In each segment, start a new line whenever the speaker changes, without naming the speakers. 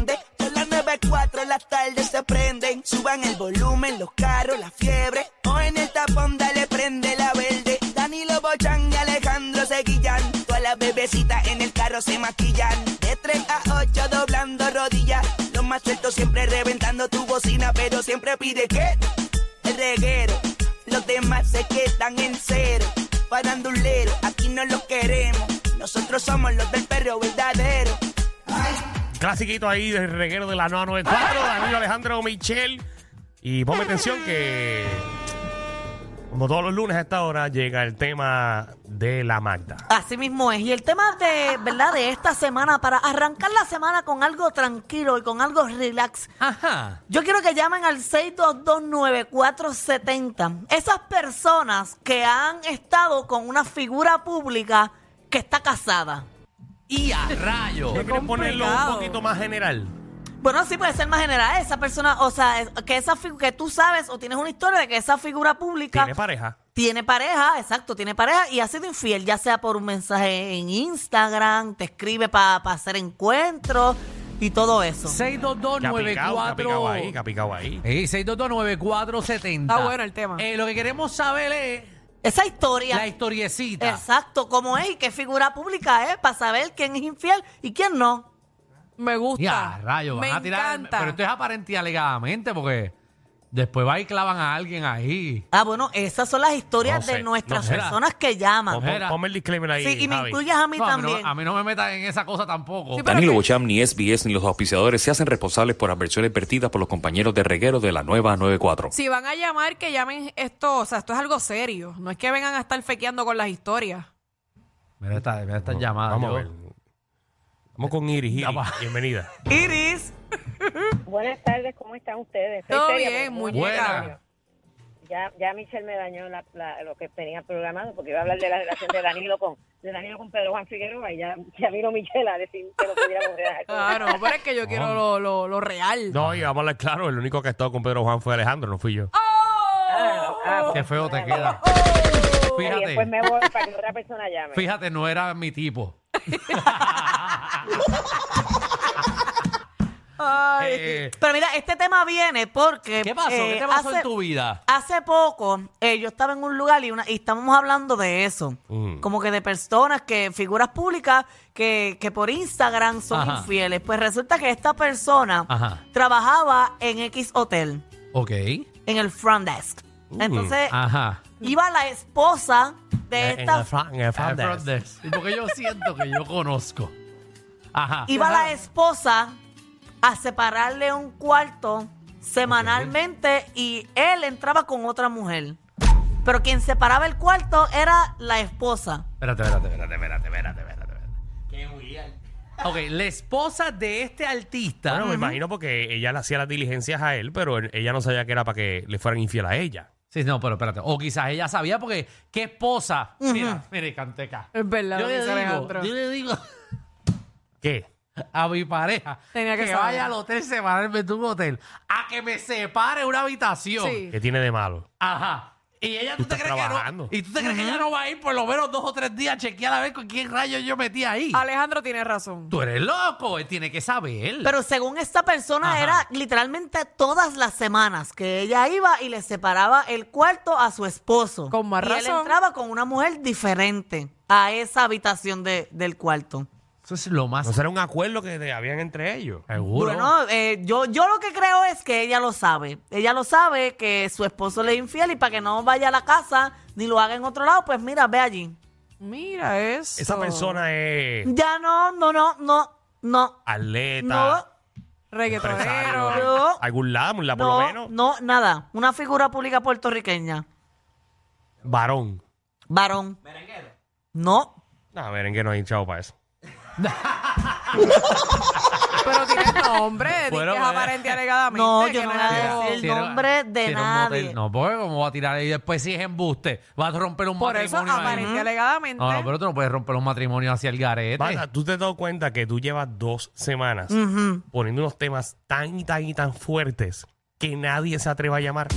De las 9 a 4 las tardes se prenden. Suban el volumen, los carros, la fiebre. O en el tapón dale prende la verde. Danilo Bochán y Alejandro se guillan. Todas las bebecitas en el carro se maquillan. De 3 a 8 doblando rodillas. Los más sueltos siempre reventando tu bocina. Pero siempre pide que el reguero. Los demás se quedan en cero. Parandulero, aquí no los queremos. Nosotros somos los del perro verdadero.
Clasiquito ahí del reguero de la 994, Danilo Alejandro Michel. Y ponme atención que, como todos los lunes a esta hora, llega el tema de la Magda.
Así mismo es. Y el tema de, ¿verdad? De esta semana, para arrancar la semana con algo tranquilo y con algo relax.
Ajá.
Yo quiero que llamen al 6229470. Esas personas que han estado con una figura pública que está casada.
Y a rayo.
Yo quiero ponerlo un
complicado.
poquito más general.
Bueno, sí puede ser más general. Esa persona, o sea, es- que esa fi- que tú sabes o tienes una historia de que esa figura pública
¿Tiene pareja?
Tiene pareja, exacto, tiene pareja y ha sido infiel, ya sea por un mensaje en Instagram, te escribe para hacer encuentros y todo eso.
Capicao, capicao ahí,
6229470.
capicao ahí.
Sí, 6229470.
Está bueno el tema.
Eh, lo que queremos saber es
Esa historia.
la historiecita.
exacto, cómo es y qué figura pública es para saber quién es infiel y quién no.
Me gusta.
Ya, rayo, van
Me
a tirar.
encanta.
Pero esto es aparente y alegadamente porque después va y clavan a alguien ahí.
Ah, bueno, esas son las historias
No sé,
de nuestras
no sé.
personas que llaman.
Pon- pon- Ponme el disclaimer ahí.
Sí, y me
Javi.
incluyes a mí
No, a, mí no,
también.
a mí no me metan en esa cosa tampoco.
Sí, pero-
Danilo
que-
Bocham, ni SBS, ni los auspiciadores se hacen responsables por adversiones vertidas por los compañeros de reguero de la nueva 94.
Si van a llamar, que llamen esto. O sea, esto es algo serio. No es que vengan a estar fequeando con las historias.
Mira esta, mira esta llamada.
Vamos
yo-
a ver. Vamos con Iris. Iris.
Vamos.
Bienvenida.
Iris,
Buenas tardes, ¿cómo están ustedes? Soy
Todo
Celia
bien,
Muñoz.
muñeca.
Buena.
Ya, ya Michelle me dañó la- la- lo que tenía programado porque iba a hablar de la relación de Danilo con de Danilo con Pedro Juan Figueroa y ya, ya vino Michelle a decir que no pudiéramos relajar con
Claro, pero es que yo quiero lo, lo- lo real.
No, y vamos a hablar claro. El único que ha estado con Pedro Juan fue Alejandro, no fui yo.
Oh,
Ah, ah,
Qué feo te queda.
pues, y después
Fíjate,
me voy para que otra persona llame.
fíjate, no era mi tipo.
Ay.
Eh,
Pero mira, este tema viene porque.
¿Qué pasó?
eh,
¿Qué te pasó
hace-
en tu vida?
Hace poco eh, yo estaba en un lugar y, una, y estábamos hablando de eso. Como que de personas que, figuras públicas que, que por Instagram son
Ajá.
infieles. Pues resulta que esta persona
Ajá.
trabajaba en X Hotel,
Ok.
en el front desk. Entonces
Ajá.
iba la esposa de
En
esta...
el front- en el front
Ah. Front
desk.
desk. Porque yo siento que yo conozco. Ajá.
Iba la esposa a separarle un cuarto semanalmente y él entraba con otra mujer. Pero quien separaba el cuarto era la esposa.
Espérate, espérate, espérate, espérate, espérate, espérate. espérate. Ok, la esposa de este artista.
Bueno, me imagino porque ella le hacía las diligencias a él, pero él- ella no sabía que era para que le fueran infiel a ella.
Sí, no, pero espérate. O quizás ella sabía porque qué esposa. Mira, mira, canteca.
Es verdad,
Yo
lo que
le,
dice
digo,
Alejandro.
yo le digo
¿Qué?
a mi pareja
Tenía que saber.
vaya al hotel semanalmente a un hotel a que me separe una habitación.
Sí.
¿Qué tiene de malo?
Ajá. Y ella, ¿tú,
Tú
te
estás
crees que
trabajando.
no? ¿Y tú te crees que ella no va a ir por lo menos dos o tres días a chequear a ver con quién rayos yo metí ahí?
Alejandro tiene razón.
Tú eres loco, él tiene que saber.
Pero según esta persona
Ajá.
era literalmente todas las semanas que ella iba y le separaba el cuarto a su esposo.
Con más
y él
razón.
entraba con una mujer diferente a esa habitación de- del cuarto.
Eso es lo más.
¿No será un acuerdo que de- habían entre ellos?
Seguro.
Bueno, eh, yo, yo lo que creo es que ella lo sabe. Ella lo sabe que su esposo le es infiel y para que no vaya a la casa ni lo haga en otro lado, pues mira, ve allí.
Mira eso.
Esa persona es
Ya no, no, no, no, no, no,
atleta,
Reggaetonero.
empresario,
No.
algún lado, un lado por lo
no,
menos,
no, nada. Una figura pública puertorriqueña.
varón.
Varón. No.
No, merengue no hay chavo para eso.
Pero tiene nombre. di
Bueno,
que es
bueno.
aparente y alegadamente.
No, yo
que
no
es
voy a
algo-
decir. el nombre de
era un
nadie.
motel. No, porque cómo va a tirar y después si es embuste, va a romper un
Por eso
matrimonio. ahí.
aparente y alegadamente.
No, no, pero tú no puedes romper un matrimonio hacia el garete.
Banda, tú te has dado cuenta que tú llevas dos semanas
Mm.
poniendo unos temas tan y tan y tan fuertes que nadie se atreve a llamar.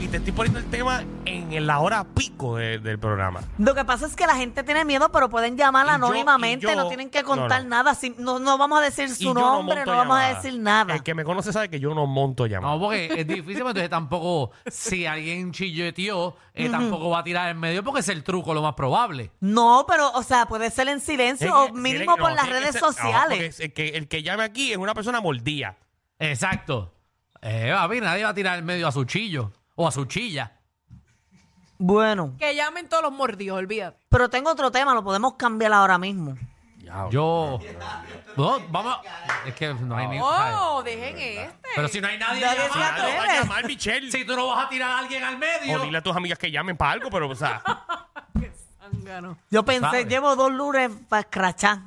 Y te estoy poniendo el tema en la hora pico de- del programa.
Lo que pasa es que la gente tiene miedo, pero pueden llamar
Y yo-
anónimamente,
y yo-
no tienen que contar
no, no.
nada. si- no, no vamos a decir
Y
su
yo
nombre,
monto
no, vamos a
llamadas.
decir nada.
El que me conoce sabe que yo no monto
No,
llamadas.
porque es difícil, pero entonces tampoco, si alguien chilleteó, eh, tampoco va a tirar en medio porque es el truco lo más probable.
No, pero, o sea, puede ser en
Tiene
silencio
que-
o
tiene
mínimo
que-
por
no,
las
tiene que
redes
ser- no, porque
sociales.
es- el, que, el que llame aquí es una persona mordida.
Exacto. Eh, papi, nadie va a tirar en medio a su chillo o a su chilla.
Bueno,
Que llamen todos los mordidos, olvídate.
pero tengo otro tema, lo podemos cambiar ahora mismo.
Yo. No, vamos. Es que no hay ni. ¿sabes?
Oh, dejen este.
Pero si no hay nadie.
Nadie se
llamando,
atreve.
No, va a llamar Michelle.
Si tú no vas a tirar a alguien al medio.
O dile a tus amigas que llamen para algo, pero, o sea,
Zángano.
Yo pensé,
¿Sabe?
llevo dos lunes para escrachar,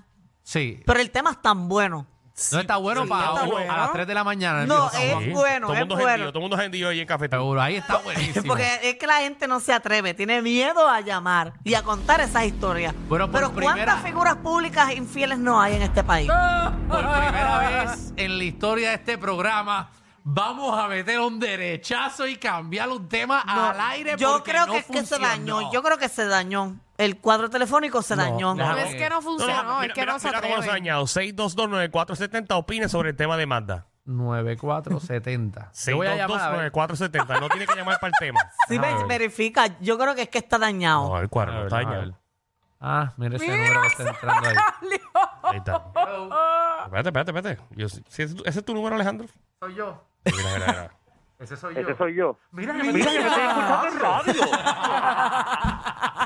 Sí.
pero el tema es tan bueno.
No está bueno para
está
uno
bueno.
a las 3 de la mañana. en
No,
Río San
es
Juan.
bueno,
todo el
es
mundo
bueno.
gentío, todo el mundo gentío ahí en café.
Seguro, ahí está buenísimo.
Porque es que la gente no se atreve, tiene miedo a llamar y a contar esas historias.
Bueno, por
Pero
primera-
¿cuántas figuras públicas infieles no hay en este país?
Por primera vez en la historia de este programa vamos a meter un derechazo y cambiar un tema
No,
al aire.
Yo
porque
creo
no
que es que se
funcionó.
dañó, yo creo que se dañó. El cuadro telefónico se dañó.
no,
No, es que no funcionó, es
mira,
que
mira-
no se
mira cómo nos ha
atreve.
dañado. 6229470 opine sobre el tema de Magda.
9470. Yo voy a llamar a ver.
6229470. No tiene que llamar para el tema.
Sí,
Déjame
ve-
ver.
verifica, yo creo que es que está dañado.
No, el cuadro no está
A ver, a ver.
dañado.
Ah, mira ese número que está entrando ahí.
Ahí está. Espérate, espérate, espérate. Yo- si- si ¿Ese es tu número, Alejandro?
Soy yo.
Mira, mira, mira.
Ese soy
Ese soy yo.
Mira, mira,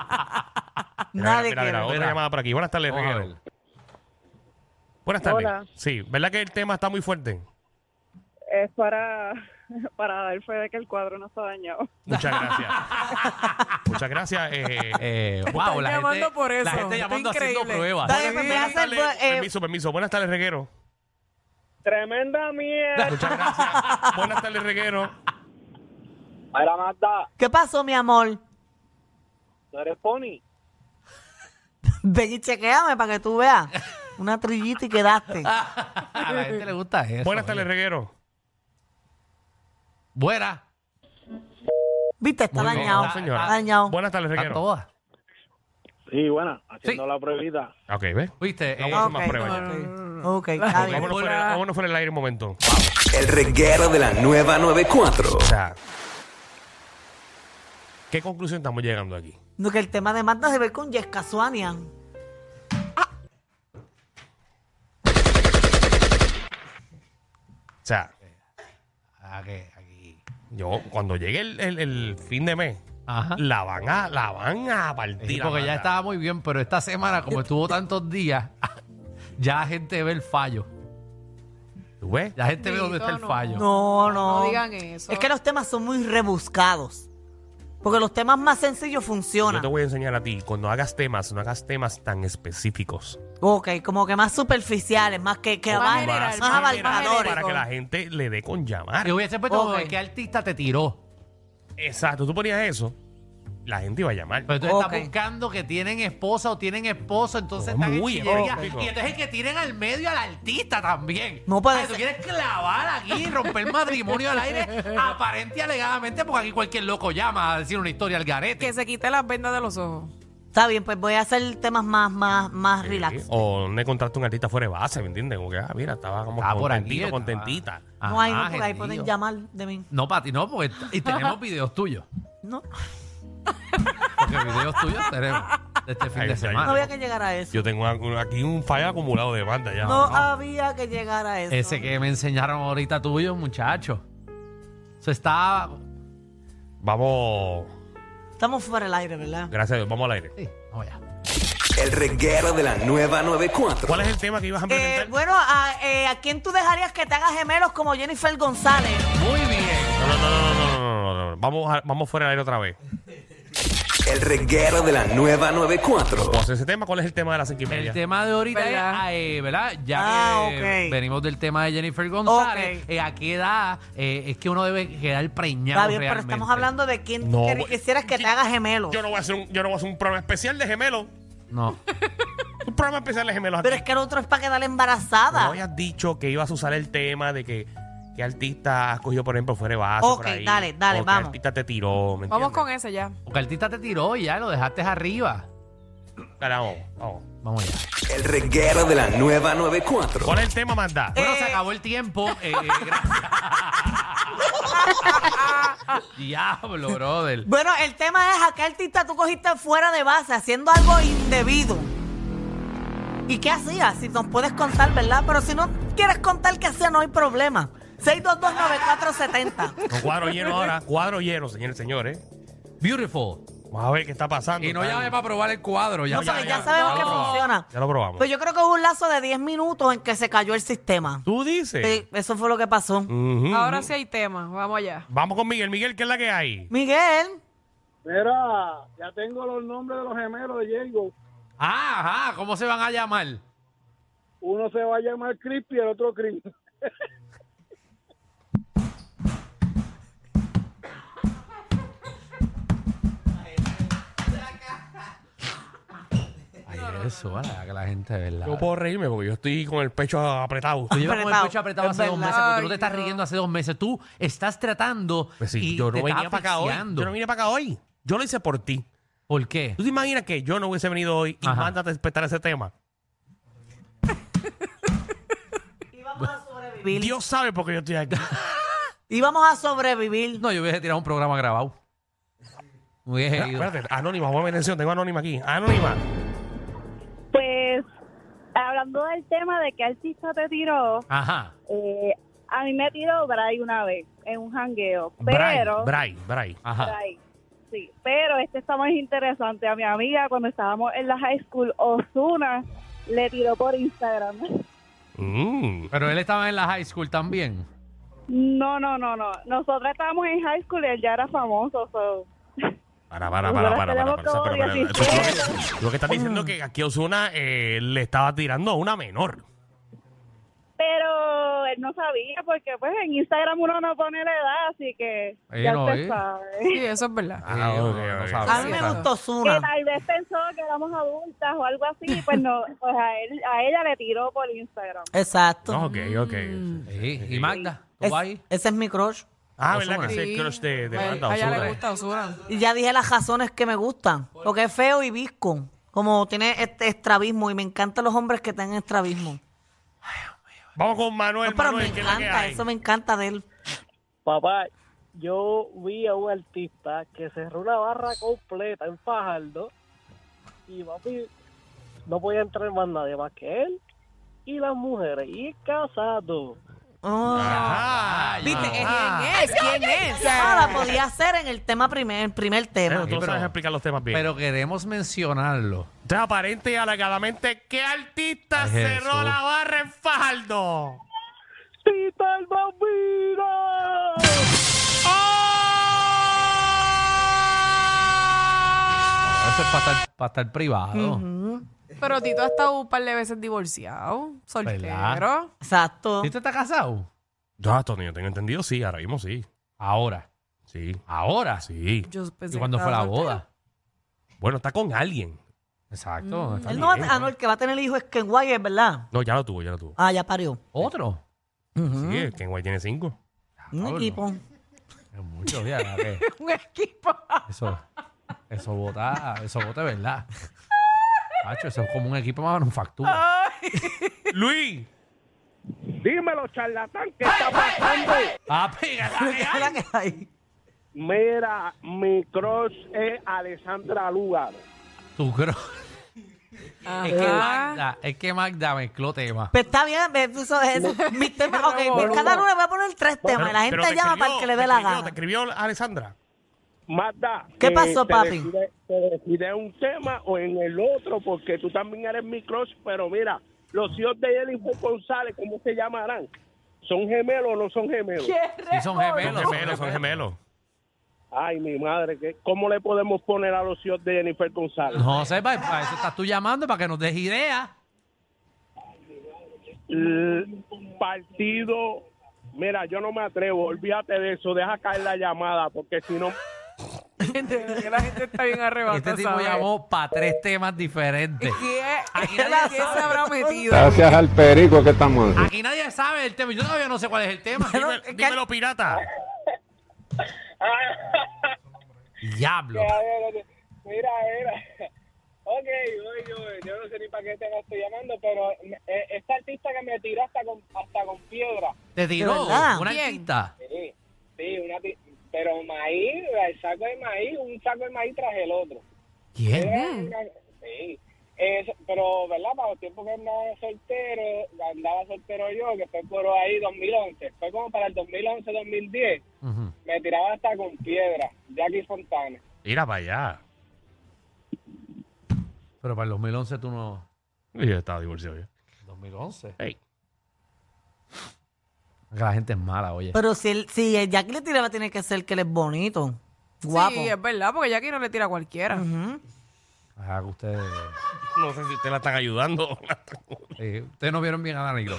Mira,
Nadie
mira, mira,
quiere.
otra
Mira.
llamada por aquí. Buenas tardes,
Vamos a
Reguero.
ver.
Buenas tardes.
Hola.
Sí, ¿verdad que el tema está muy fuerte?
Es para, para dar fe de que el cuadro no está dañado.
Muchas gracias. Muchas gracias. eh,
Eh, wow, la
llamando
gente,
por eso.
la gente
Está
llamando haciendo
increíble.
pruebas.
Dale, pues, voy a hacer,
dale,
pues, eh,
permiso, permiso. Buenas tardes, Reguero.
Tremenda mierda.
Muchas gracias. Buenas tardes, Reguero.
Mira, Magda,
¿Qué pasó, mi amor?
tú eres pony.
Ven y chequeame para que tú veas. Una trillita y quedaste.
Ah. A la gente le gusta eso.
Buenas tardes,
oye.
Reguero.
Buenas.
Viste, está
Muy bien,
dañado.
no, señora.
Está dañado.
Buenas tardes,
Están
Reguero.
todas.
Sí, buena,
haciendo
haciendo la pruebita.
Ok, ve.
¿Viste?
No
Eh,
vamos a hacer más
Ok.
pruebas ya.
Ok, está bien.
Vámonos fuera, vámonos fuera del aire un momento.
El reguero de la nueva 94.
O sea, ¿qué conclusión estamos llegando aquí?
No, que el tema de Magda se ve con Jessica Suanian.
O sea,
ah, que aquí.
yo cuando llegue el, el- el fin de mes,
Ajá.
la van a, la van a partir.
Sí,
la
porque ya
banda.
estaba muy bien, pero esta semana, como estuvo tantos días, ya la gente ve el fallo.
¿Tú ves?
Ya la gente ve dónde está el
Bendito, no.
fallo.
No, no.
No digan eso.
Es que los temas son muy rebuscados. Porque los temas más sencillos
Yo
funcionan.
te voy a enseñar a ti, cuando hagas temas, no hagas temas tan específicos.
Ok, como que más superficiales, más que, que
Más
abar- más
general, más
abarcadores.
Para que la gente le dé con llamar.
Yo hubiese puesto
Ok.
qué artista te tiró.
Exacto, tú ponías eso, la gente iba a llamar.
Pero entonces
Ok.
estás buscando que tienen esposa o tienen esposo, entonces
No,
están en
muy
chillería.
específico.
Y entonces que tiren al medio al artista también.
No puede
Ay, Tú
ser.
quieres clavar aquí, romper matrimonio al aire, aparente y alegadamente, porque aquí cualquier loco llama a decir una historia al garete.
Que se quite las vendas de los ojos.
Está bien, pues voy a hacer temas más, más, más
Sí,
relax.
O donde contraste un artista fuera de base, ¿me entiendes? Como que, ah, mira, estaba como
Ah, por aquí
contentito,
estaba.
contentita.
No hay, no,
Ajá,
porque ahí
gentío.
pueden llamar de mí.
No, Pati, no, porque
Ah,
y tenemos videos tuyos.
No.
Porque videos tuyos tenemos. de este fin
Ahí
de
está, ahí
semana.
No había que llegar a eso.
Yo tengo un- aquí un fallo acumulado de banda ya.
No ah. había que llegar a eso.
Ese que me enseñaron ahorita tuyo, muchacho. Eso está.
Vamos,
Estamos fuera del aire, ¿verdad?
gracias a Dios, vamos al aire.
El reguero de la nueva 94.
¿Cuál es el tema que ibas a
Eh,
presentar?
bueno, a, eh, ¿a quién tú dejarías que te haga gemelos como Jennifer González?
Muy bien.
No, no, no, no, no, no, no, no, no. Vamos, a- vamos fuera del aire otra vez.
El reguero de la nueva 94.
Vamos a hacer ese tema. ¿Cuál es el tema de la cinco y
El
media?
tema de ahorita
¿Verdad?
es, ah, eh, ¿verdad? Ya
Ah,
que
ok.
venimos del tema de Jennifer González,
Ok.
eh, ¿a qué edad eh, es que uno debe quedar preñado
Está bien, pero
realmente?
estamos hablando de quién
No,
tú quer-
güey.
quisieras que te haga gemelos.
Yo no voy a hacer un, yo no voy a hacer un programa especial de gemelos.
No.
Un programa especial de gemelos.
Pero es
aquí.
que el otro es para quedar embarazada.
No habías dicho que ibas a usar el tema de que qué artista has cogido, por ejemplo, fuera de base.
Ok,
por ahí,
dale, dale,
o qué
vamos.
artista te tiró. ¿me
Vamos con
entiendes?
ese ya.
Porque el artista te tiró y ya, lo dejaste arriba.
Dale, vamos, vamos.
Vamos ya.
El reguero de la nueva 94.
¿Cuál es el tema, Manda?
Bueno, se acabó el tiempo. eh, eh, gracias. Diablo, brother.
Bueno, el tema es a qué artista tú cogiste fuera de base haciendo algo indebido. ¿Y qué hacías? Si nos puedes contar, ¿verdad? Pero si no quieres contar qué hacía, no hay problema. 6229470.
Con cuadro lleno ahora. Cuadro lleno, señores y señores.
Beautiful.
Vamos a ver qué está pasando.
Y no
Está-
llame para probar el cuadro.
No,
ya,
porque
ya,
ya sabemos
ya
que
lo probamos.
funciona.
Ya lo probamos.
Pero yo creo que hubo un lazo de 10 minutos en que se cayó el sistema.
Tú dices.
Sí, eso fue lo que pasó.
Ujú.
Ahora sí hay tema. Vamos allá.
Vamos con Miguel. Miguel, ¿qué es la que hay?
Miguel,
Mira, ya tengo los nombres de los gemelos de Diego.
Ah, ajá, ¿cómo se van a llamar?
Uno se va a llamar Crispy y el otro Chris.
Ay, eso, vale, que la gente, de ¿verdad?
Yo puedo reírme porque yo estoy con el pecho apretado.
Tú llevas con el
Apretado.
pecho apretado
Es
hace dos
verdad.
meses, porque tú no te
Ay,
estás
no.
riendo hace dos meses. Tú estás tratando
Pues sí,
y
yo
te
no venía
estás
para acá hoy.
asfixiando.
Yo no vine para acá hoy. Yo lo hice por ti.
¿Por qué?
¿Tú te imaginas que yo no hubiese venido hoy y
Ajá.
mándate a respetar ese tema?
íbamos a sobrevivir.
Dios sabe por qué yo estoy aquí.
Íbamos a sobrevivir.
No, yo hubiese tirado un programa grabado. Me hubiese ido.
Espérate, anónima, ponme atención, tengo anónima aquí. Anónima.
Pues hablando del tema de que artista te tiró,
Ajá.
eh, a mí me tiró Bray una vez en un jangueo.
Bray,
Pero,
Bray, Bray.
Ajá.
Bray, sí, pero este está más interesante. A mi amiga, cuando estábamos en la high school, Osuna le tiró por Instagram.
Mm.
Pero él estaba en la high school también.
No, no, no, no. Nosotros estábamos en high school y él ya era famoso. so.
Para, para, para, para, para, para, para, para, para. Eso es lo que- Lo que están diciendo es que aquí Osuna eh, le estaba tirando a una menor.
Pero él no sabía porque pues en Instagram uno no pone la edad, así que
Eh,
ya
no,
usted
eh.
sabe.
Sí, eso es verdad.
Ah,
Sí, Eh, no,
ok,
no
ok.
sabía.
A mí me gustó
que
Zuna.
tal vez pensó que éramos adultas o algo así, pues no, pues a él, a ella le tiró por Instagram.
Exacto.
No, ok, ok.
Sí. ¿Y Magda? ¿Tú
Es-
vas ahí?
ese es mi crush.
Ah,
Ozuna.
¿verdad que es el crush de, de
Ay,
banda
A ella
Ozuna?
le gusta Osuna.
Y ya dije las razones que me gustan. Porque es feo y visco. Como tiene este estrabismo. Y me encantan los hombres que tienen estrabismo.
Vamos con Manuel,
No, pero me
Manuel, ¿qué es la que
encanta,
hay? Eh,
eso me encanta de él.
Papá, yo vi a un artista que cerró una barra completa en Fajardo y papi, no podía entrar más nadie más que él y las mujeres y casado.
Oh.
Ah,
Ajá.
¿Viste? ¿Quién
ajá.
es? ¿Quién es?
Ah, la podía hacer en el tema primer, el primer
Pero
tema.
tú no
Sí, pero-
sabes explicar los temas bien.
Pero queremos mencionarlo.
Entonces, aparente y alegadamente, ¿qué artista
Ay,
cerró
Jesús.
la barra en Fajardo?
¡Tito el Bambino!
Eso es para estar, para estar privado.
Pero Tito ha estado un par de veces divorciado, soltero.
Exacto.
¿Y tú estás casado?
Ya, Tony, yo tengo entendido, sí, ahora mismo sí.
Ahora.
Sí,
Ahora.
sí.
Yo pensé
¿Y cuándo
que
fue la
estaba soltero.
boda?
Bueno, está con alguien.
Exacto. está
Él
bien.
no va a- ah, no, el que va a tener el hijo es Ken Wyatt, ¿verdad?
No, ya lo tuvo, ya lo tuvo.
Ah, ya parió.
Otro.
Ujú.
Sí, es que en Guay tiene cinco.
Un
Pablo.
equipo.
Es mucho, ya, la que-
Un equipo.
Eso, eso vota, eso vota de verdad. Macho, eso es como un equipo de manufactura.
Ah.
¡Luis!
Dímelo, charlatán, ¿qué está pasando?
¡Ah, pégala!
Mira que ahí.
Mira, mi crush es Alessandra Lugar.
Tu crush. Es que, Magda, es que Magda mezcló temas.
Pues está bien, me puso eso. Mis temas, ok, pues cada uno le voy a poner tres temas. y La gente llama para el que le dé la
Te
gana.
escribió Alessandra.
Magda.
¿Qué
eh,
pasó,
te
papi?
decide- Te decide un tema o en el otro, porque tú también eres mi crush, pero mira, los hijos de Jennifer González, ¿cómo se llamarán? ¿Son gemelos o no son gemelos?
Sí, son gemelos.
Son gemelos, son gemelos.
Ay, mi madre, ¿qué- ¿cómo le podemos poner a los hijos de Jennifer González?
No sé, pa- para eso estás tú llamando, para que nos des ideas.
L- partido. Mira, yo no me atrevo, olvídate de eso, deja caer la llamada, porque si no.
la gente está bien arrebatada.
Este tipo
¿sabes?
llamó para tres temas diferentes.
¿Qué?
Aquí
¿Quién
nadie
se
sabe.
habrá metido?
Gracias al perico que estamos haciendo.
Aquí nadie sabe el tema. Yo todavía no sé cuál es el tema.
Dímelo, dímelo, pirata.
Diablo.
Mira, mira. Ok, voy yo, yo no sé ni para qué te estoy llamando, pero eh, esta artista que me tiró hasta con, hasta con piedra.
Te
¿De
tiró
verdad?
una
¿Quién?
artista.
Sí, sí, una ti- pero maíz, el saco de maíz, un saco de maíz tras el otro. Era
¿Quién?
una- sí, Es- pero, ¿verdad? Para los tiempos que andaba soltero, andaba soltero yo, que fue por ahí 2011, fue como para el 2011, 2010, me tiraba hasta con piedra, Jackie Fontana.
Mira para allá.
Pero para el 2011 tú no...
Y yo estaba divorciado ya.
2011. La gente es mala, oye.
Pero si, el, si el Jackie le tiraba, tiene que ser que él es bonito, guapo.
Sí, es verdad, porque Jackie no le tira a cualquiera.
Ah, que ustedes...
No sé si ustedes la están ayudando.
eh, ustedes no vieron bien a Danilo.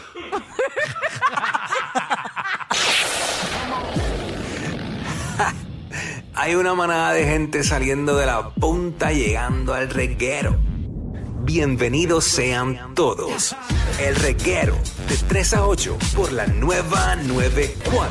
Hay una manada de gente saliendo de la punta llegando al reguero. Bienvenidos sean todos. El reguero de 3 a 8 por la nueva 94.